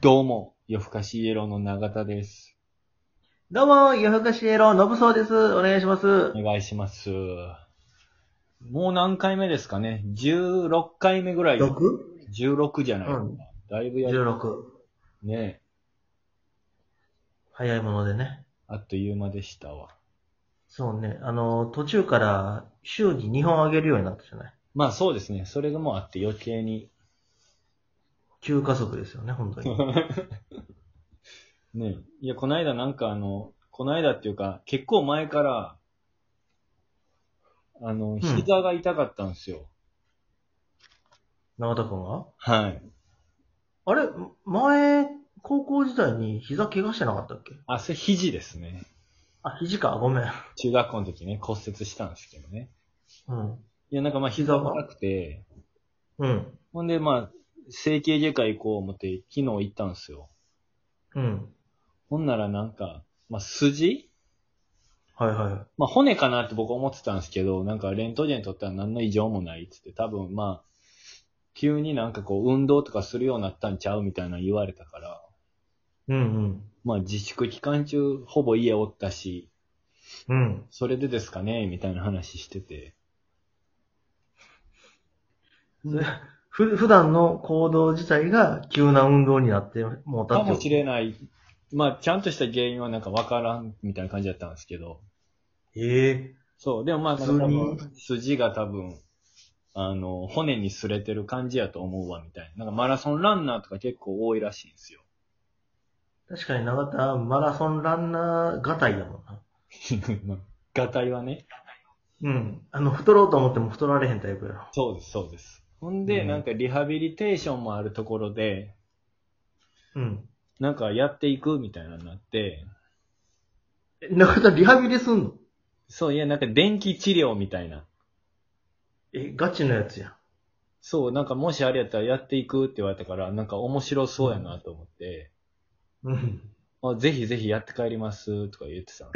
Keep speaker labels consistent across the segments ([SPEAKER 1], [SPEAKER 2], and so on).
[SPEAKER 1] どうも、夜更かしイエローの永田です。
[SPEAKER 2] どうも、夜更かしエロ、のぶそうです。お願いします
[SPEAKER 1] お。願いします。もう何回目ですかね ?16 回目ぐらい。
[SPEAKER 2] 6?16。
[SPEAKER 1] 16じゃないですか。
[SPEAKER 2] うん
[SPEAKER 1] だいぶやるね。
[SPEAKER 2] 早いものでね。
[SPEAKER 1] あっという間でしたわ。
[SPEAKER 2] そうね。あの、途中から週に2本あげるようになったじゃない。
[SPEAKER 1] まあそうですね。それがもうあって余計に。
[SPEAKER 2] 急加速ですよね、本当に。
[SPEAKER 1] ね。いや、こないだなんかあの、こないだっていうか、結構前から、あの、膝が痛かったんですよ。
[SPEAKER 2] 長田くんは
[SPEAKER 1] はい。
[SPEAKER 2] あれ、前、高校時代に膝怪我してなかったっけ
[SPEAKER 1] あ、それ肘ですね。
[SPEAKER 2] あ、肘か、ごめん。
[SPEAKER 1] 中学校の時ね、骨折したんですけどね。
[SPEAKER 2] うん。
[SPEAKER 1] いや、なんかまあ膝が痛くて、
[SPEAKER 2] うん。
[SPEAKER 1] ほんでまあ、整形外科行こう思って、昨日行ったんですよ。
[SPEAKER 2] うん。
[SPEAKER 1] ほんならなんか、まあ筋
[SPEAKER 2] はいは
[SPEAKER 1] まあ骨かなって僕思ってたんですけど、なんかレントゲン取ったら何の異常もないっつって、多分まあ、急になんかこう運動とかするようになったんちゃうみたいなの言われたから、
[SPEAKER 2] い。うん
[SPEAKER 1] まあ自粛期間中ほぼ家おったし、
[SPEAKER 2] うん。うん。
[SPEAKER 1] それでですかねみたいな話してて。
[SPEAKER 2] それふ普段の行動自体が急な運動になってもうた
[SPEAKER 1] か
[SPEAKER 2] って
[SPEAKER 1] もしれ
[SPEAKER 2] い。
[SPEAKER 1] ない。まあちゃんとした原因はなんかわからんみたいな感じだったんですけど。
[SPEAKER 2] ええ
[SPEAKER 1] そう、でもまあ、
[SPEAKER 2] 普
[SPEAKER 1] 多
[SPEAKER 2] 通に
[SPEAKER 1] 分筋が多分、あの、骨に擦れてる感じやと思うわ、みたいな。なんかマラソンランナーとか結構多いらしいんですよ。
[SPEAKER 2] 確かに長田、マラソンランナーがたいだもんな。
[SPEAKER 1] ガタイはね。
[SPEAKER 2] うん。あの、太ろうと思っても太られへんタイプやろ。
[SPEAKER 1] そうです、そうです。ほんで、
[SPEAKER 2] うん
[SPEAKER 1] なんかリハビリテーションもあるところで、
[SPEAKER 2] うん。
[SPEAKER 1] なんかやっていくみたいなのになって、
[SPEAKER 2] え中田リハビリすんの
[SPEAKER 1] そういや、なんか電気治療みたいな。
[SPEAKER 2] え、ガチのやつやん。
[SPEAKER 1] そう、なんかもしあれやったらやっていくって言われたから、なんか面白そうやなと思って、
[SPEAKER 2] うん。
[SPEAKER 1] あぜひぜひやって帰りますとか言ってた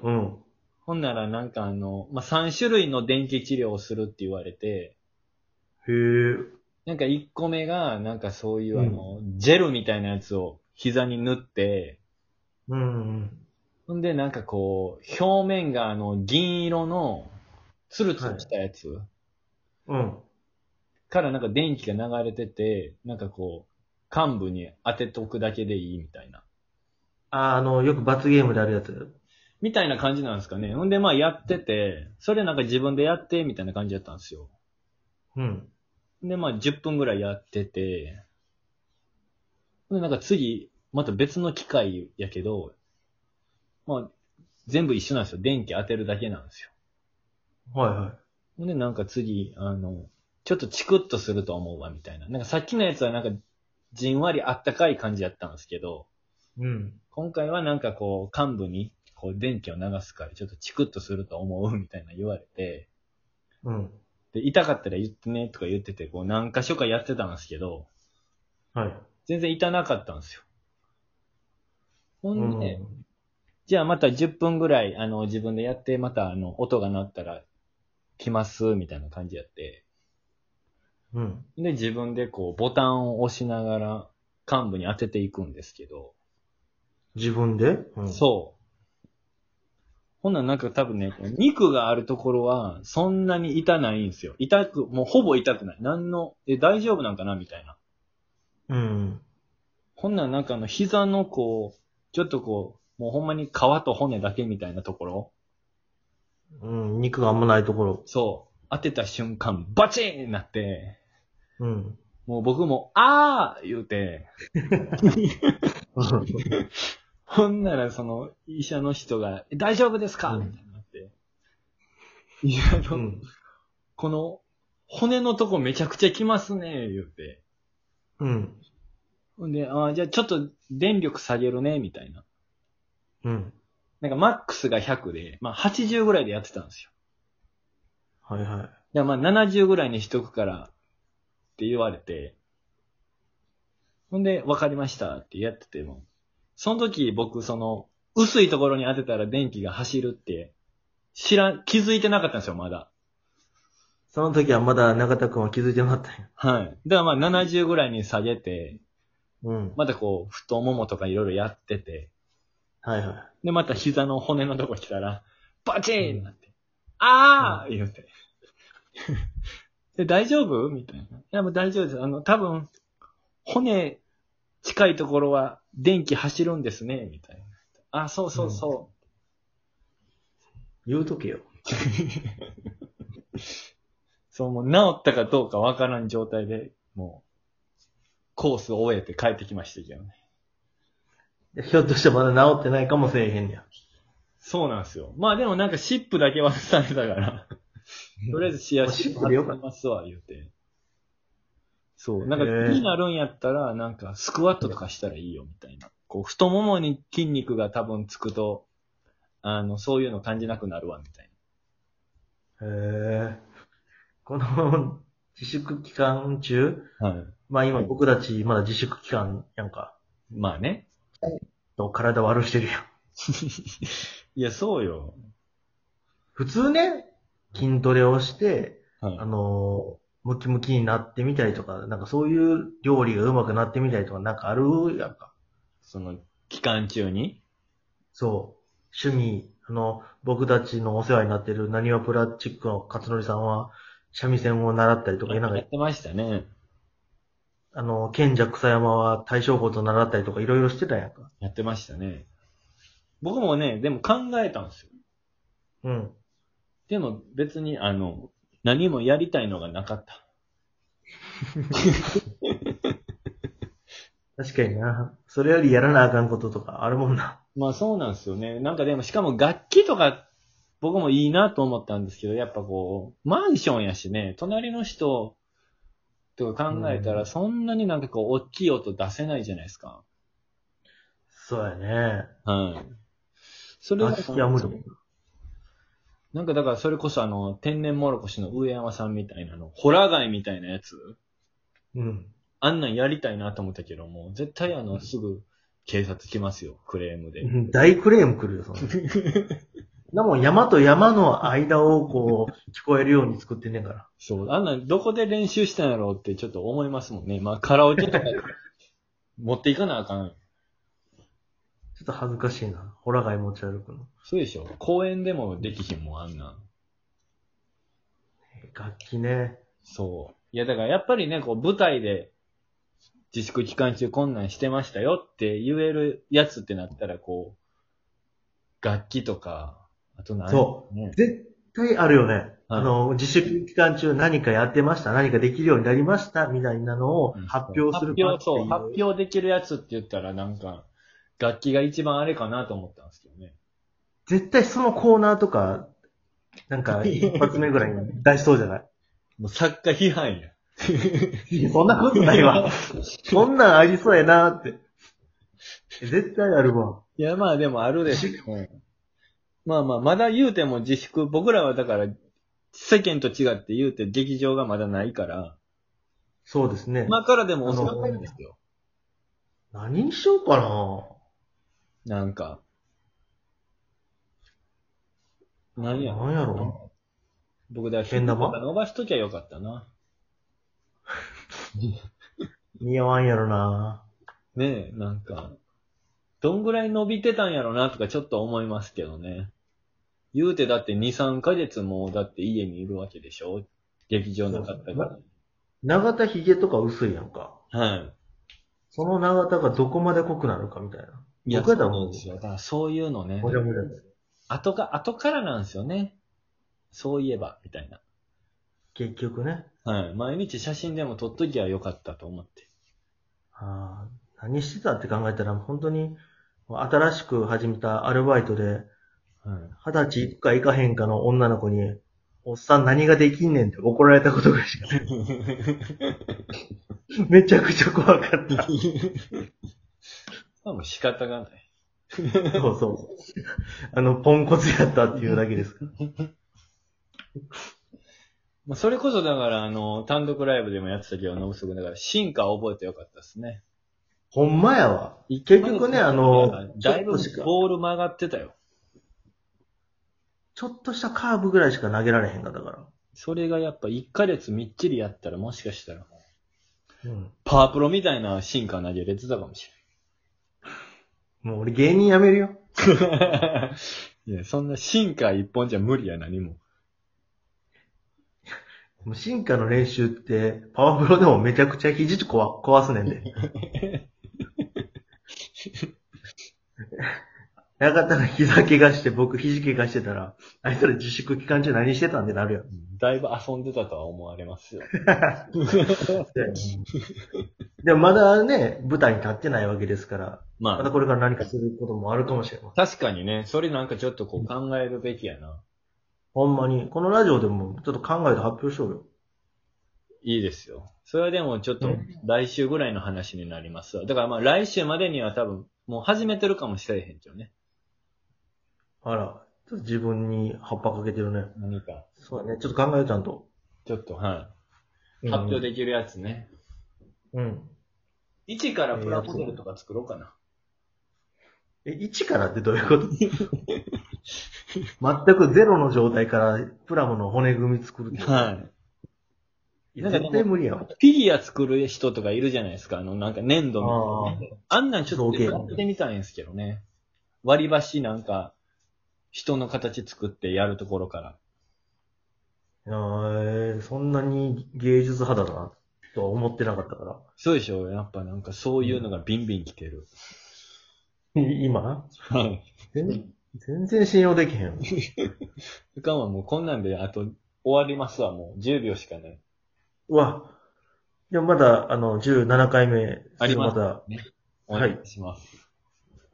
[SPEAKER 1] の。
[SPEAKER 2] うん。
[SPEAKER 1] ほんならなんかあの、まあ、3種類の電気治療をするって言われて、
[SPEAKER 2] へえ。
[SPEAKER 1] なんか1個目が、なんかそういう
[SPEAKER 2] う
[SPEAKER 1] あ
[SPEAKER 2] ん
[SPEAKER 1] の、ジェルみたいなやつを膝に塗って、
[SPEAKER 2] うん。
[SPEAKER 1] ほんでなんかこう、表面があの、銀色の、ツルツルしたやつ
[SPEAKER 2] うん。
[SPEAKER 1] からなんか電気が流れてて、なんかこう、幹部に当てとくだけでいいみたいな。
[SPEAKER 2] あ、あの、よく罰ゲームであるやつ。
[SPEAKER 1] みたいな感じなんですかね。ほんでまあやってて、それなんか自分でやって、みたいな感じだったんですよ。
[SPEAKER 2] うん。
[SPEAKER 1] で、まあ、10分ぐらいやってて、で、なんか次、また別の機械やけど、まあ、全部一緒なんですよ。電気当てるだけなんですよ。
[SPEAKER 2] はいは
[SPEAKER 1] ほんで、なんか次、あの、ちょっとチクッとすると思うわ、みたいな。なんかさっきのやつはなんか、じんわりあったかい感じやったんですけど、
[SPEAKER 2] い。うん。
[SPEAKER 1] 今回はなんかこう、幹部に、こう、電気を流すから、ちょっとチクッとすると思う、みたいな言われて、
[SPEAKER 2] うん。
[SPEAKER 1] で、痛かったら言ってね、とか言ってて、こう、何箇所かやってたんですけど、
[SPEAKER 2] はい。
[SPEAKER 1] 全然痛なかったんですよ。ほ
[SPEAKER 2] うん
[SPEAKER 1] で、じゃあまた10分ぐらい、あの、自分でやって、また、あの、音が鳴ったら、来ます、みたいな感じやって。
[SPEAKER 2] うん。
[SPEAKER 1] で、自分でこう、ボタンを押しながら、幹部に当てていくんですけど、
[SPEAKER 2] 自分で、うん、
[SPEAKER 1] そう。ほんなんなんか多分ね、こう肉があるところは、そんなに痛ないんですよ。痛く、もうほぼ痛くない。なんの、え、大丈夫なんかなみたいな。
[SPEAKER 2] う。うん。
[SPEAKER 1] ほんなんなんかあの、膝のこう、ちょっとこう、もうほんまに皮と骨だけみたいなところ、
[SPEAKER 2] うん。肉があんまないところ。
[SPEAKER 1] そう、当てた瞬間、バチーンなって、
[SPEAKER 2] うん。
[SPEAKER 1] もう僕も、あー言うて、ほんならその、医者の人が、え大丈夫ですか
[SPEAKER 2] うん
[SPEAKER 1] みたいになって。いや、あ
[SPEAKER 2] う
[SPEAKER 1] の
[SPEAKER 2] ん。
[SPEAKER 1] この、骨のとこめちゃくちゃきますね、言うて。
[SPEAKER 2] うん。
[SPEAKER 1] ほんで、あーじゃあちょっと電力下げるね、みたいな。
[SPEAKER 2] うん。
[SPEAKER 1] なんかマックスが100で、まあ80ぐらいでやってたんですよ。
[SPEAKER 2] はいはい
[SPEAKER 1] や、まあ、70ぐらいにしとくから、って言われて、ほんで、わかりましたってやってても、その時僕、その、薄いところに当てたら電気が走るって、知らん、気づいてなかったんですよ、まだ。
[SPEAKER 2] い。その時はまだ中田くんは気づいてなかったんや。
[SPEAKER 1] はい。だからまあ、70ぐらいに下げて、
[SPEAKER 2] うん。
[SPEAKER 1] またこう、太ももとかいろいろやってて、
[SPEAKER 2] はいはい。
[SPEAKER 1] で、また膝の骨のとこ来たら、バチーンなって、あー、言うて。 で、大丈夫みたいな。いや、もう大丈夫です。あの、多分、骨近いところは電気走るんですね、みたいな。あ、そうそうそう。
[SPEAKER 2] 言うとけよ。
[SPEAKER 1] そう、もう治ったかどうかわからん状態で、もう、コースを終えて帰ってきましたけどね。
[SPEAKER 2] ひょっとしてまだ治ってないかもせえへんねや。
[SPEAKER 1] そうなんですよ。まあでもなんかシップだけはされたから、とりあえずシア
[SPEAKER 2] あ
[SPEAKER 1] シ
[SPEAKER 2] シ
[SPEAKER 1] ッ
[SPEAKER 2] ッ
[SPEAKER 1] プ
[SPEAKER 2] プでよかっ
[SPEAKER 1] 外せ
[SPEAKER 2] た
[SPEAKER 1] ますわ、言うて。そう、なんか
[SPEAKER 2] へえ
[SPEAKER 1] 気になるんやったら、なんかスクワットとかしたらいいよ、みたいな。こう、太ももに筋肉が多分つくと、あの、そういうの感じなくなるわ、みたい
[SPEAKER 2] へえ。この 自粛期間中、
[SPEAKER 1] な。はい。
[SPEAKER 2] まあ今
[SPEAKER 1] はい
[SPEAKER 2] 僕たちまだ自粛期間やんか、
[SPEAKER 1] まあね。
[SPEAKER 2] 体悪してるやん。
[SPEAKER 1] いや、そうよ。
[SPEAKER 2] 普通ね、筋トレをして、
[SPEAKER 1] はい
[SPEAKER 2] あ。のームキムキになってみたりとか、なんかそういう料理がうまくなってみたりとかなんかあるやんか。
[SPEAKER 1] その、期間中に。
[SPEAKER 2] そう。趣味、あの、僕たちのお世話になってるなにわプラスチックの勝則さんは、三味線を習ったりとか、なん
[SPEAKER 1] や
[SPEAKER 2] か
[SPEAKER 1] っ、てましたね。
[SPEAKER 2] あの、賢者草山は大正法と習ったりとかいろいろしてたやんか。
[SPEAKER 1] やってましたね。僕もね、でも考えたんですよ。
[SPEAKER 2] うん。
[SPEAKER 1] でも別に、あの、何もやりたいのがなかった。
[SPEAKER 2] 確かにな。それよりやらなあかんこととかあるもんな。
[SPEAKER 1] まあそうなんですよね。なんかでも、しかも楽器とか、僕もいいなと思ったんですけど、やっぱこう、マンションやしね、隣の人とか考えた
[SPEAKER 2] う
[SPEAKER 1] ら、
[SPEAKER 2] ん
[SPEAKER 1] そんなになんかこう、大きい音出せないじゃないですか。
[SPEAKER 2] そうやね。
[SPEAKER 1] はい。それは
[SPEAKER 2] 楽器は無理。
[SPEAKER 1] なんかだからそれこそあの、天然もろこしの上山さんみたいなの、ホラー街みたいなやつ
[SPEAKER 2] うん。
[SPEAKER 1] あんなんやりたいなと思ったけども、絶対あの、すぐ警察来ますよ、クレームで。
[SPEAKER 2] 大クレーム来る よ、そんな。なもん山と山の間をこう、聞こえるように作ってんねんから。
[SPEAKER 1] そう、あんなんどこで練習したんやろうってちょっと思いますもんね。まあカラオケと かで持っていかなあかん。
[SPEAKER 2] ちょっと恥ずかしいな。ホラガイ持ち歩くの。
[SPEAKER 1] そうでしょ。公園でもできひんもん、あんなん。
[SPEAKER 2] 楽器ね。
[SPEAKER 1] そう。いやだからやっぱりね、こう舞台で自粛期間中こんなんしてましたよって言えるやつってなったら、こう、楽器とか、あと何。
[SPEAKER 2] そう
[SPEAKER 1] ね、
[SPEAKER 2] 絶対あるよね。あの、自粛期間中何かやってました、何かできるようになりました、みたいなのを発表する
[SPEAKER 1] 発表、
[SPEAKER 2] 場
[SPEAKER 1] そう、
[SPEAKER 2] っていう
[SPEAKER 1] 発表できるやつって言ったらなんか、楽器が一番あれかなと思ったんですけどね。
[SPEAKER 2] 絶対そのコーナーとか、なん か一発目ぐらいに出しそうじゃない
[SPEAKER 1] もう作家批判や。
[SPEAKER 2] いやそんなことないわ。 そんなんありそうやなって。絶対あるわ。
[SPEAKER 1] いや、まあでもあるでしょうね。まあまあ、まだ言うても自粛、僕らはだから、世間と違って言うて劇場がまだないから、
[SPEAKER 2] そうですね。
[SPEAKER 1] 今からでも遅かったんですよ。
[SPEAKER 2] 何にしようかな
[SPEAKER 1] なんか。何や
[SPEAKER 2] 何やろ
[SPEAKER 1] 僕だ、
[SPEAKER 2] けん玉
[SPEAKER 1] 伸ばしときゃよかったな。
[SPEAKER 2] う似合わんやろな
[SPEAKER 1] ねえ、なんか、どんぐらい伸びてたんやろなとかちょっと思いますけどね。言うてだって2、3ヶ月もだって家にいるわけでしょ劇場なかったか
[SPEAKER 2] 長田ヒゲとか薄いやんか。
[SPEAKER 1] ら。は
[SPEAKER 2] その長田がどこまで濃くなるかみたいな。
[SPEAKER 1] い。いや、そう
[SPEAKER 2] 僕やったら
[SPEAKER 1] な
[SPEAKER 2] もうん
[SPEAKER 1] ですよ。だからそういうのね
[SPEAKER 2] も、じゃもじゃで。
[SPEAKER 1] 後が、後からなんですよね。そういえば、みたいな。
[SPEAKER 2] 結局ね。
[SPEAKER 1] はい。毎日写真でも撮っときゃよかったと思って。
[SPEAKER 2] あー何してたって考えたら、本当に、新しく始めたアルバイトで、
[SPEAKER 1] はい。
[SPEAKER 2] 二十歳行くか行かへんかの女の子に、おっさん何ができんねんって怒られたことぐらいしか ない。めちゃくちゃ怖かっ た。
[SPEAKER 1] まあもう仕方がない。
[SPEAKER 2] そうそう。あの、ポンコツやったっていうだけですから。
[SPEAKER 1] まあ、それこそだから、あの、単独ライブでもやってたけど、ノブスグだから、進化を覚えてよかったですね。
[SPEAKER 2] ほんまやわ。結局ね、あの、
[SPEAKER 1] だいぶ
[SPEAKER 2] ちょっとしか
[SPEAKER 1] ボール曲がってたよ。
[SPEAKER 2] ちょっとしたカーブぐらいしか投げられへんかったから。
[SPEAKER 1] それがやっぱ1ヶ月みっちりやったらもしかしたらもう
[SPEAKER 2] うん。
[SPEAKER 1] パワープロみたいな進化投げれてたかもし
[SPEAKER 2] もう俺芸人辞めるよ。
[SPEAKER 1] れん。 いや、そんな進化一本じゃ無理や、何も。
[SPEAKER 2] もう進化の練習って、パワプロでもめちゃくちゃ肘こわ壊すねんで。 中田が膝怪我して、僕肘怪我してたら、あいつら自粛期間中何してたんでなるやん。
[SPEAKER 1] だいぶ遊んでたとは思われますよ。
[SPEAKER 2] でもまだね、舞台に立ってないわけですから、ま
[SPEAKER 1] ま
[SPEAKER 2] た
[SPEAKER 1] あ、
[SPEAKER 2] これから何かすることもあるかもしれません。
[SPEAKER 1] 確かにね、それなんかちょっとこう考えるべきやな。
[SPEAKER 2] ほんまに、このラジオでもちょっと考えて発表しようよ。
[SPEAKER 1] いいですよ。それはでもちょっと
[SPEAKER 2] うん
[SPEAKER 1] 来週ぐらいの話になりますわ。だからまあ来週までには多分もう始めてるかもしれへんけどね。
[SPEAKER 2] あら、ちょっと自分に葉っぱかけてるね。
[SPEAKER 1] 何か。
[SPEAKER 2] そうだね、ちょっと考えようちゃんと。
[SPEAKER 1] ちょっと、はい。発表
[SPEAKER 2] で。
[SPEAKER 1] できるやつね。
[SPEAKER 2] うん。
[SPEAKER 1] 一からプラモデルとか作ろうかな。
[SPEAKER 2] え、1からってどういうこと全くゼロの状態からプラモの骨組み作るって。
[SPEAKER 1] はい
[SPEAKER 2] や絶対無理やわ。
[SPEAKER 1] い。フィギュア作る人とかいるじゃないですか。あの、なんか粘土の。
[SPEAKER 2] あ
[SPEAKER 1] あんなんちょっ
[SPEAKER 2] 造
[SPEAKER 1] と
[SPEAKER 2] 形
[SPEAKER 1] やってみたいんですけどね。割り箸なんか、人の形作ってやるところから。
[SPEAKER 2] あー、そんなに芸術肌だな、とは思ってなかったか
[SPEAKER 1] そうでしょやっぱなんかそういうのがビンビン来てる。
[SPEAKER 2] ら。い今
[SPEAKER 1] はい。
[SPEAKER 2] 全全然信用できへ ん。
[SPEAKER 1] いかんわ、もうこんなんで、あと、終わりますわ、もう。10秒しかない。
[SPEAKER 2] うわ。でもまだ、あの、17回目。
[SPEAKER 1] あります
[SPEAKER 2] た。
[SPEAKER 1] お願いします。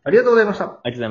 [SPEAKER 2] ありがとうございました。
[SPEAKER 1] ありがとうございます。